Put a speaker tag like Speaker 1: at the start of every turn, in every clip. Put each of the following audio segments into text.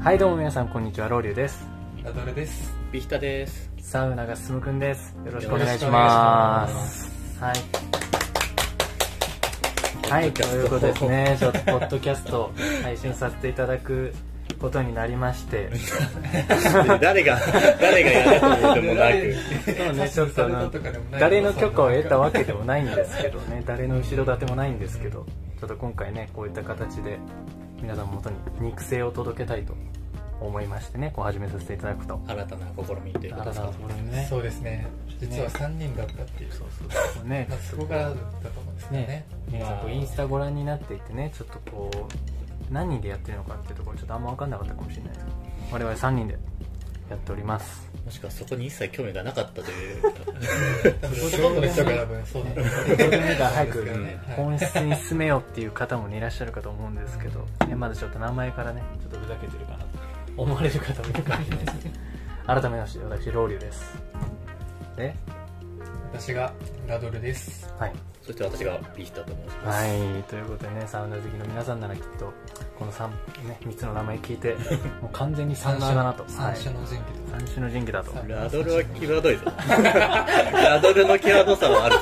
Speaker 1: はいどうも皆さんこんにちはロウリュウです
Speaker 2: ナダルです。
Speaker 3: ビヒタです。
Speaker 1: サウナが進むくんですよろしくお
Speaker 3: よろ
Speaker 1: 願い
Speaker 3: し
Speaker 1: し
Speaker 3: くお
Speaker 1: ま
Speaker 2: 願いします
Speaker 1: はいはいということですねちょっとポッドキャスト配信させていただくことになりまして
Speaker 3: 誰が、誰がやらと
Speaker 2: で
Speaker 3: もなく。
Speaker 1: そうねちょっとあの誰の許可を得たわけでもないんですけどね誰の後ろ盾もないんですけどちょっと今回ねこういった形で皆さんのもとに肉声を届けたいと思いましてねこう始めさせていただくと
Speaker 3: 新たな試みということですか。
Speaker 1: ね
Speaker 2: そうですね。実は三人だったっていう。
Speaker 1: そうそうそうね
Speaker 2: まあそこからだったと思うんですよ
Speaker 1: ね
Speaker 2: ね。
Speaker 1: 皆さんこうインスタご覧になっていてねちょっとこう何人でやってるのかっていうところちょっとあんま分かんなかったかもしれないですけど我々3人でやっており ます
Speaker 3: もしくはそこに一切興味がなかったという。
Speaker 2: 多分ほとんどの人が多分そうだと思うんです
Speaker 1: それ
Speaker 2: けど
Speaker 1: で
Speaker 2: ね
Speaker 1: 目が早く
Speaker 2: はい
Speaker 1: 本質に進めようっていう方もねいらっしゃるかと思うんですけど、ね、まだちょっと名前からねちょっとふざけてるかなと思われる方もいるかもしれないですね改めまして私ロウリュウですで
Speaker 2: 私がラドルです。
Speaker 1: はい
Speaker 3: そして私がビヒタと申します。
Speaker 1: はいということでねサウナ好きの皆さんならきっとこの 3,、ね、3つの名前聞い てもう完全に三種だなと
Speaker 2: 三種
Speaker 1: はい
Speaker 2: の神器とか。
Speaker 1: 三種の神器だと
Speaker 2: さ
Speaker 3: ラドルは際どいぞ。 ラドルの際どさはあるぞ。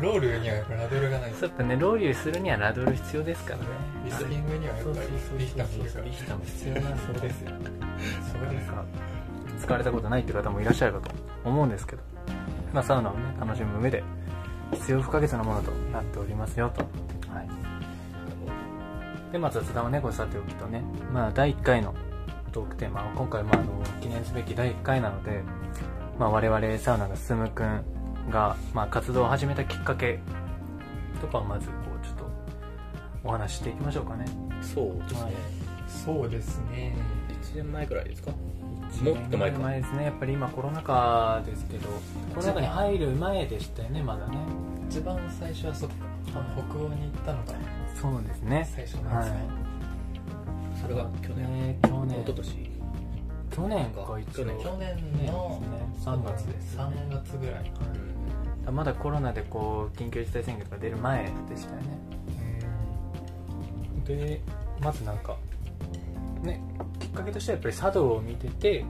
Speaker 2: ロールにはやっぱラドルがないんです
Speaker 1: そうやっぱねロウリュウするにはラドル必要ですからね
Speaker 2: リスニングにはやっぱりできたもんですから。
Speaker 1: 人も必要なそれですよそうですか使われたことないって方もいらっしゃるかと思うんですけど、まあ、サウナをね楽しむ上で必要不可欠なものとなっておりますよとはいでまあ雑談はねこれさておきとねまあ第1回のトークテーマは今回まああの記念すべき第1回なので、まあ、我々サウナが進むくんが、まあ、活動を始めたきっかけとかをまずこうちょっとお話ししていきましょうかね
Speaker 3: そうですね。
Speaker 2: そうですね。
Speaker 3: 1年前くらいですかもっと前か
Speaker 1: 前ですねやっぱり今コロナ禍ですけどコロナ禍に入る前でしたよねまだね
Speaker 2: 一番最初はそっか。あの北欧に行ったのが
Speaker 1: そうですね
Speaker 2: 最初なん
Speaker 1: は
Speaker 2: で
Speaker 1: い
Speaker 2: すね。
Speaker 3: それが去年。
Speaker 1: ね去
Speaker 3: 一
Speaker 1: 年
Speaker 3: 昨年。
Speaker 1: 去年が一
Speaker 3: 去年
Speaker 1: 応
Speaker 2: 去年の
Speaker 1: 3月ですね
Speaker 2: 3月ぐらい。
Speaker 1: まだコロナでこう緊急事態宣言とか出る前でしたよねでまずなんかねきっかけとしてはやっぱり茶道を見てて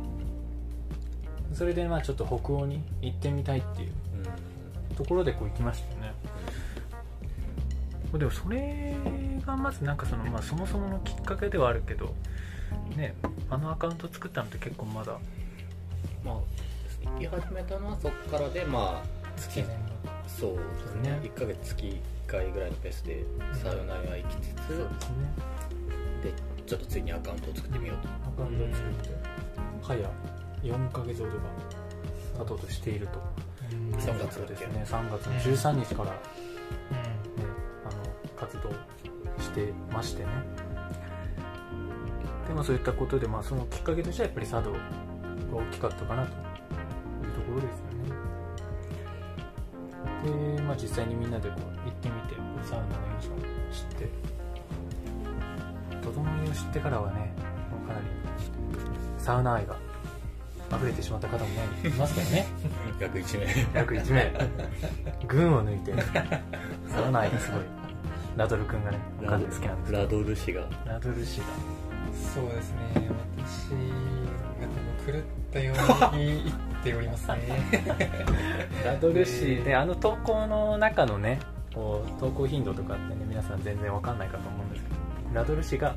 Speaker 1: それでまあちょっと北欧に行ってみたいっていう
Speaker 3: うん
Speaker 1: ところでこう行きましたよねでもそれがまずなんかその、まあ、そもそものきっかけではあるけどねあのアカウント作ったのって結構まだ
Speaker 3: まあ、行き始めたのはそこからで、まあ、
Speaker 2: 1
Speaker 3: 月
Speaker 2: 年後。
Speaker 3: そうです
Speaker 1: ね
Speaker 3: ね1ヶ月月1回ぐらいのペースでサウナへは行きつつ
Speaker 1: すね
Speaker 3: ちょっとついにアカウントを作ってみようと
Speaker 1: アカウントを作って早4ヶ月ほどが経とうとしていると
Speaker 2: うん
Speaker 3: 3月
Speaker 1: そうですね3月の13日から、ね、あの活動してましてねでもそういったことで、まあ、そのきっかけとしてはやっぱり茶道が大きかったかなというところですよねで、まあ、実際にみんなでこう行ってみてサウナの良さを知って整いを知ってからはねもうかなりサウナ愛が溢れてしまった方もねいますからね
Speaker 3: 約1名
Speaker 1: 約1名群を抜いてサウナ愛がすごいラドル君がね他で好きなんですけど
Speaker 3: ラドル氏が
Speaker 1: ラドル氏が
Speaker 2: そうですね私が多分狂ったよう に言っておりますね
Speaker 1: ラドル氏であの投稿の中のねこう投稿頻度とかってね皆さん全然わかんないかと思うんですけどラドル氏が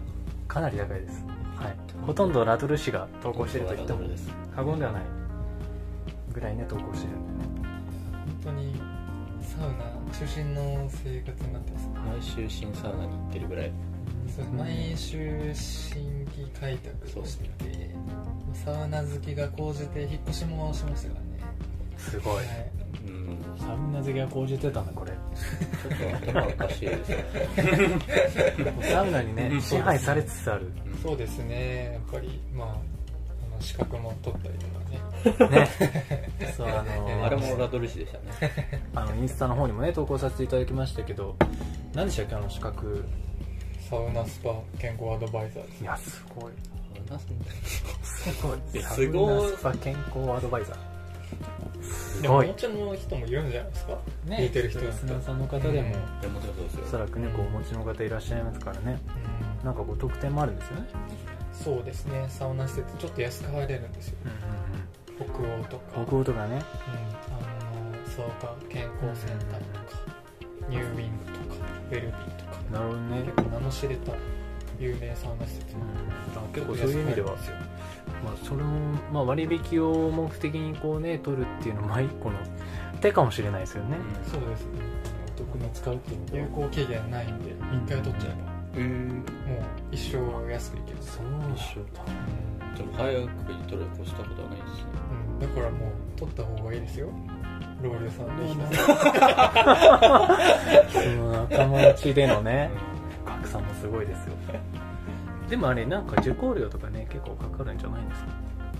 Speaker 1: かなり高いです、はい、ほとんどラドル氏が投稿してると言っても
Speaker 3: です
Speaker 1: 過言ではないぐらいね投稿してるんでね
Speaker 2: 本当にサウナ中心の生活になってますね
Speaker 3: 毎週新サウナに行ってるぐらい
Speaker 2: そう毎週新規開拓をしててサウナ好きが高じて引っ越しもしましたからね
Speaker 1: すごい
Speaker 2: はい
Speaker 3: うん
Speaker 1: サウナ好きが講じてたんだこれ
Speaker 3: ちょっと頭おかしいです ね
Speaker 1: サウナにね
Speaker 3: うん
Speaker 1: 支配されつつある
Speaker 2: そうですねやっぱりまああの資格も取ったりとかね
Speaker 1: ねそうあ
Speaker 3: うん
Speaker 1: の
Speaker 3: あれもラドル氏でしたね
Speaker 1: あのインスタの方にもね投稿させていただきましたけど何でしたっけあの資格
Speaker 2: サウナスパ健康アドバイザーです
Speaker 1: いやすごいす
Speaker 3: え
Speaker 1: ご
Speaker 3: すご
Speaker 1: サウ
Speaker 3: い
Speaker 1: ナスパ健康アドバイザーす
Speaker 2: でも
Speaker 1: ご
Speaker 2: お
Speaker 1: い
Speaker 2: 茶の人もいるんじゃないですか
Speaker 1: ね
Speaker 2: 聞いてる人だ
Speaker 1: リ
Speaker 2: っ
Speaker 1: ス
Speaker 2: たら
Speaker 1: ナーさんの方でも
Speaker 2: う
Speaker 3: でもちろんそうで
Speaker 1: お
Speaker 3: す
Speaker 1: そ
Speaker 3: よ
Speaker 1: らくねこうお持ちの方いらっしゃいますからね
Speaker 2: うん
Speaker 1: なんかこう特典もあるんですよね
Speaker 2: そうですねサウナ施設ちょっと安く入れるんですよ
Speaker 1: うんうんうん
Speaker 2: 北欧とか、うん、
Speaker 1: 北欧とかね
Speaker 2: あの創価健康センターとかニューウィングとかウェルビーとか
Speaker 1: なるほどね
Speaker 2: 結、構名の知れた有名サウナ施設
Speaker 1: う
Speaker 2: も
Speaker 1: ん、結構そういう意味では
Speaker 2: 安く入れるんですよ
Speaker 1: まあ、その、まあ、割引を目的にこうね取るっていうのもまあ一個の手かもしれないですよね、
Speaker 2: そうですね
Speaker 1: お得に使うっていう意味で
Speaker 2: 有
Speaker 1: は
Speaker 2: 効期限ないんで一回取っちゃえば
Speaker 3: うん
Speaker 2: もう一生安くいける
Speaker 1: そうでしょう
Speaker 3: でも早くに取れ越したことはないし
Speaker 2: うん、だからもう取った方がいいですよロールさんでひなさん
Speaker 1: その仲間内でのね格差もすごいですよでもあれなんか受講料とかね結構かかるんじゃないんですか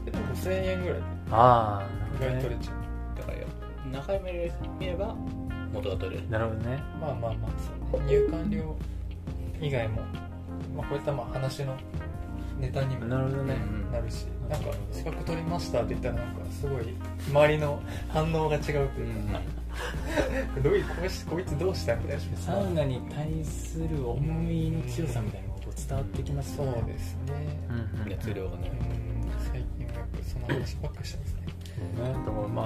Speaker 2: でも5000円ぐらい
Speaker 1: ああ
Speaker 2: ぐ
Speaker 1: な
Speaker 2: らい
Speaker 1: るほど
Speaker 2: 取れ
Speaker 1: ね
Speaker 2: ちゃう、
Speaker 3: だからよ長い目で見れば元が取れる
Speaker 1: なるほどね
Speaker 2: まあまあまあそうね入館料以外も、まあ、こういったまあ話のネタにも
Speaker 1: なるほどね
Speaker 3: うん
Speaker 2: なるしなんか資格取りましたって言ったらなんかすごい周 りの反応が違うという
Speaker 3: う
Speaker 2: か
Speaker 3: ん
Speaker 2: どういうこいつこいつどうしたみたいな
Speaker 4: サウナに対する思いの強さみたいなのがこう伝わってきます
Speaker 2: そ
Speaker 4: よね
Speaker 2: うですね
Speaker 1: うんうん
Speaker 3: 熱量が
Speaker 2: う
Speaker 3: ね
Speaker 2: ん最近はやっぱりその話ばっかりしてますね
Speaker 1: ねでもまあ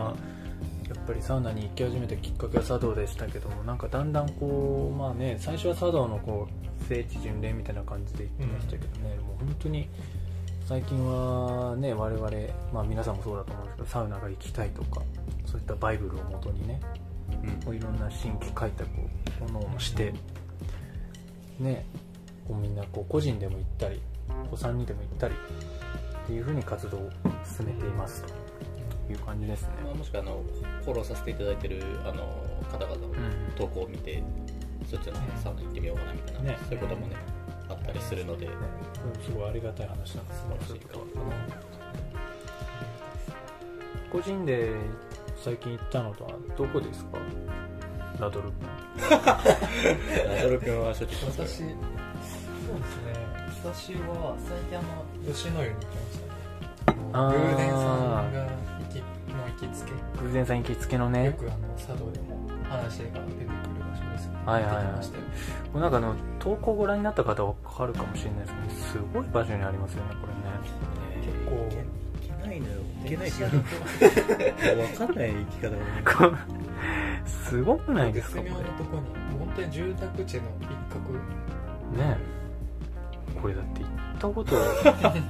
Speaker 1: やっぱりサウナに行き始めたきっかけは茶道でしたけどもなんかだんだんこうまあね最初は茶道のこう聖地巡礼みたいな感じで行ってましたけどね、もう本当に最近はね我々、まあ、皆さんもそうだと思うんですけどサウナが行きたいとかそういったバイブルをもとにね
Speaker 3: うん
Speaker 1: こういろんな新規開拓を各々してねこうみんなこう個人でも行ったりこう3人でも行ったりっていう風に活動を進めていますという感じですね。
Speaker 3: まあ、もしくはあのフォローさせていただいてるあの方々
Speaker 1: う
Speaker 3: の
Speaker 1: ん
Speaker 3: 投稿を見て、そっちのサウナ行ってみようかなみたいな、
Speaker 1: ね
Speaker 3: そういうこともねあったりするので、
Speaker 1: すごいありがたい話なんです
Speaker 3: 素晴らしいか
Speaker 1: 個人で最近行ったのとはどこですかラドル
Speaker 3: ナドル君は正直
Speaker 2: 私そうですね私は最近あの吉野湯に行きましたね
Speaker 1: あー
Speaker 2: 偶然さんが行きの行きつけ
Speaker 1: 偶然さん行きつけの
Speaker 2: よ
Speaker 1: ね
Speaker 2: くあの茶道でも話が出てくる場所ですよね
Speaker 1: はいはいはい
Speaker 2: 出てきましたよ
Speaker 1: なんかあの投稿ご覧になった方は分かるかもしれないですけどすごい場所にありますよねこれね
Speaker 3: 結
Speaker 2: 構
Speaker 3: いけないのよ
Speaker 2: 電
Speaker 3: 分かんない生き方がね
Speaker 1: これすごく
Speaker 2: 車
Speaker 1: ない
Speaker 2: の
Speaker 1: です
Speaker 2: 絶
Speaker 1: かこ
Speaker 2: 妙なとこにもう本当に住宅地の一角
Speaker 1: れねこれだって行ったこと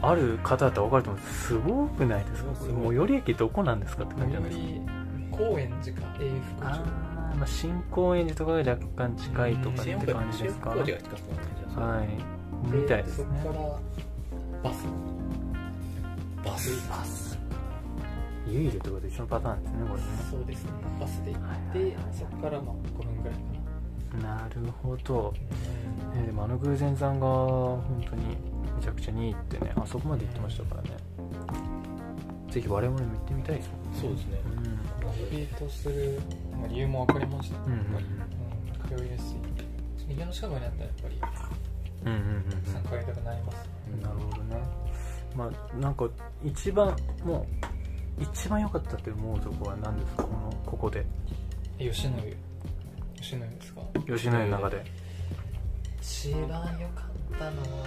Speaker 1: ある方だったら分かると思うんですすごくないですかこれもうより駅どこなんですかって感じじゃないですか
Speaker 2: より高円寺か永福
Speaker 1: あ
Speaker 2: 町
Speaker 1: ーまあ、新高円寺とかが若干近いとかっ
Speaker 3: 新
Speaker 1: て
Speaker 3: 大久
Speaker 1: 感じですか
Speaker 3: 保寺が近くなってんじゃん
Speaker 1: はいみたいですね
Speaker 2: そこからバス
Speaker 3: バス
Speaker 1: パスユイルとかと一緒のパターンですねこれね
Speaker 2: そうですねバスで行っ
Speaker 1: はい
Speaker 2: てそこからまあ5分ぐらいかな
Speaker 1: なるほど、ね、でもあの偶然さんが本当にめちゃくちゃにいいってねあそこまで行ってましたからねぜひ我々も行ってみたいです
Speaker 3: そうですね
Speaker 1: もんね
Speaker 2: まあリピートするまあ理由も分かりました
Speaker 1: うん
Speaker 2: うん、通いやすい家の近くにあったらやっぱ
Speaker 1: うん
Speaker 2: り
Speaker 1: うんうんうんうん
Speaker 2: 参加入れたくなります、
Speaker 1: なるほどねまあなんか一番もう一番良かったって思うとこは何ですかこのここで
Speaker 2: え吉野湯吉野湯ですか
Speaker 1: 吉野家の中で
Speaker 2: 一番良かったのは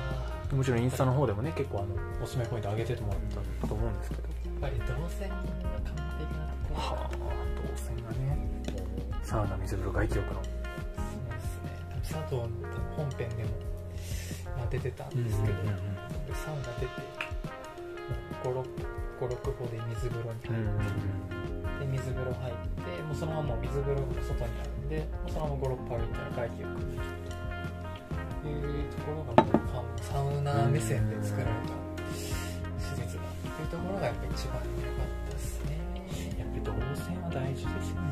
Speaker 1: もちろんインスタの方でもね結構あのおすすめポイント上げててもらったと思うんですけど
Speaker 2: やっぱり動線が完璧なところ
Speaker 1: はあ動線がねサウナ水風呂外気浴の
Speaker 2: そうですね佐藤の本編でも、まあ、出てたんですけど、サウナ出てもう56 56歩で水風呂に
Speaker 1: うんうん
Speaker 2: 入って、水風呂入ってもうそのままもう水風呂が外にあるんでもうそのまま56歩歩いたら外気浴できるというところがもう完サウナ目線で作られた施設だっていうところがやっぱ一番良かったですね
Speaker 4: やっぱり動線は大事ですよね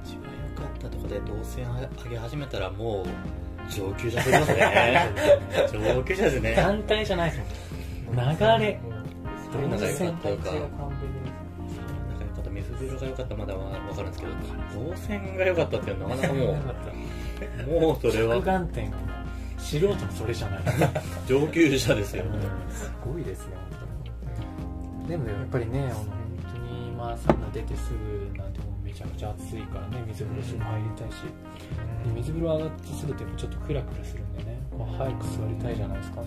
Speaker 3: 一番良かったとかで動線上げ始めたらもう上級者すぎますね 上級者で すね
Speaker 4: 団体じゃないですもん流れ
Speaker 2: どんな
Speaker 3: 動線
Speaker 2: と
Speaker 3: と
Speaker 2: い
Speaker 3: いうう
Speaker 2: か
Speaker 3: か仲良かった水風呂が良かったまだわ分かるんですけど動線が良かったっていうのはなかな かもうもうそれ
Speaker 4: 着
Speaker 3: は
Speaker 4: 眼点がもう素人のそれじゃない
Speaker 3: 上級者ですよ、
Speaker 1: すごいですね本当にでもやっぱりねあの
Speaker 4: 本当にまあサウナ出てすぐなんてもうめちゃくちゃ暑いからね水風呂すぐ入りたいし、で水風呂上がってすぐってやっぱちょっとクラクラするんでねこう早く座りたいじゃないですか、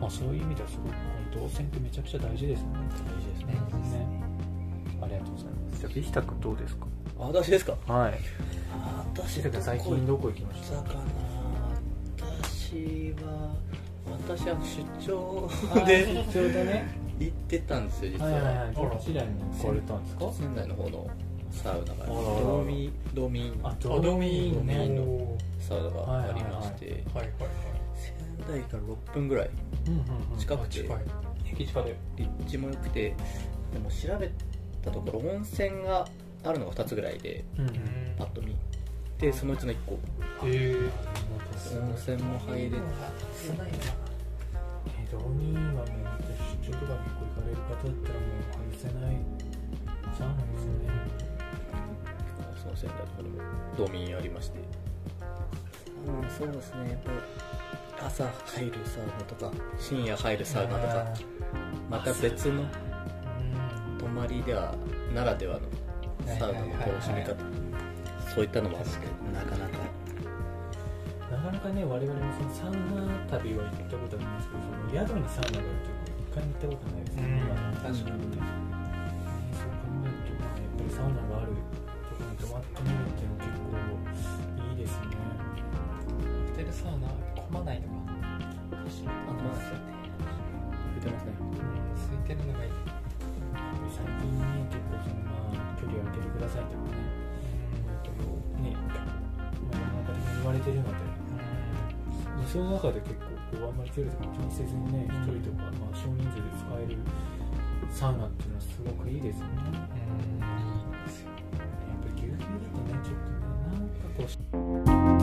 Speaker 2: まあ、そういう意味ではすごくこの動線ってめちゃくちゃ大事ですよね
Speaker 3: 大事ですね
Speaker 1: 大事ですね
Speaker 2: ありがとうございます
Speaker 5: じゃあビヒタ君どうですか
Speaker 3: あ私ですか
Speaker 5: はい
Speaker 3: 私
Speaker 5: ビヒタ君最近どこ行きまし
Speaker 3: だから私は私あの出張
Speaker 2: で
Speaker 3: で
Speaker 2: ちょうどね
Speaker 3: 行ってたんですよ実は、
Speaker 2: いどちらに行かれたんですか
Speaker 3: 仙台の方のサウナが
Speaker 2: あららら
Speaker 3: ドーミドーミ
Speaker 2: あ
Speaker 1: ドーミー
Speaker 3: ドー
Speaker 1: ンね
Speaker 3: ミーの
Speaker 1: お
Speaker 3: サウナがありまして、
Speaker 1: ーはいはいはい
Speaker 3: 仙台から6分ぐらい
Speaker 2: うんうんうん
Speaker 3: 近くて
Speaker 1: 近い
Speaker 2: 駅近で
Speaker 3: 立地も良くてでも調べたところ温泉があるのが2つぐらいで
Speaker 2: うん
Speaker 1: うん
Speaker 3: パッと見でそのうちの1個
Speaker 1: え
Speaker 3: 温泉も入れて
Speaker 1: 少ないな
Speaker 2: 江戸にはね私出張とかに行かれる方だったらもう外せないサウナですよね
Speaker 3: その仙台の方にもドーミンありましてうんそうですねやっぱ朝入るサウナとか深夜入るサウナとかまた別の
Speaker 1: うん
Speaker 3: 泊まりではならではのサウナの楽しみ方そういったのもあるけどなかなか
Speaker 2: なかなかね我々もそのサウナ旅は行ったことありますけどその宿にサウナがあるということは一回も行ったことないです
Speaker 1: うん
Speaker 2: ねまだ
Speaker 3: 確かに
Speaker 2: そう考えると、まあ、やっぱりサウナがあるところに泊まってみるっていうのは結構いいですね。
Speaker 1: ホテルサウナ混まないのか
Speaker 3: あとまあ言ってますね
Speaker 1: 空いてるのがいい
Speaker 2: 最近ね、結構その、まあ、距離を空けてくださいとかね、ね、まあ、世の中でも言われてるので、その中で結構こう、あんまり距離とか気にせずにね、一、人とか、まあ、少人数で使えるサウナっていうのはすごくいいですよね。やっ
Speaker 1: うんいいですよ
Speaker 2: ぱりぎゅうぎゅうだとね、ちょっとね、なんかこう、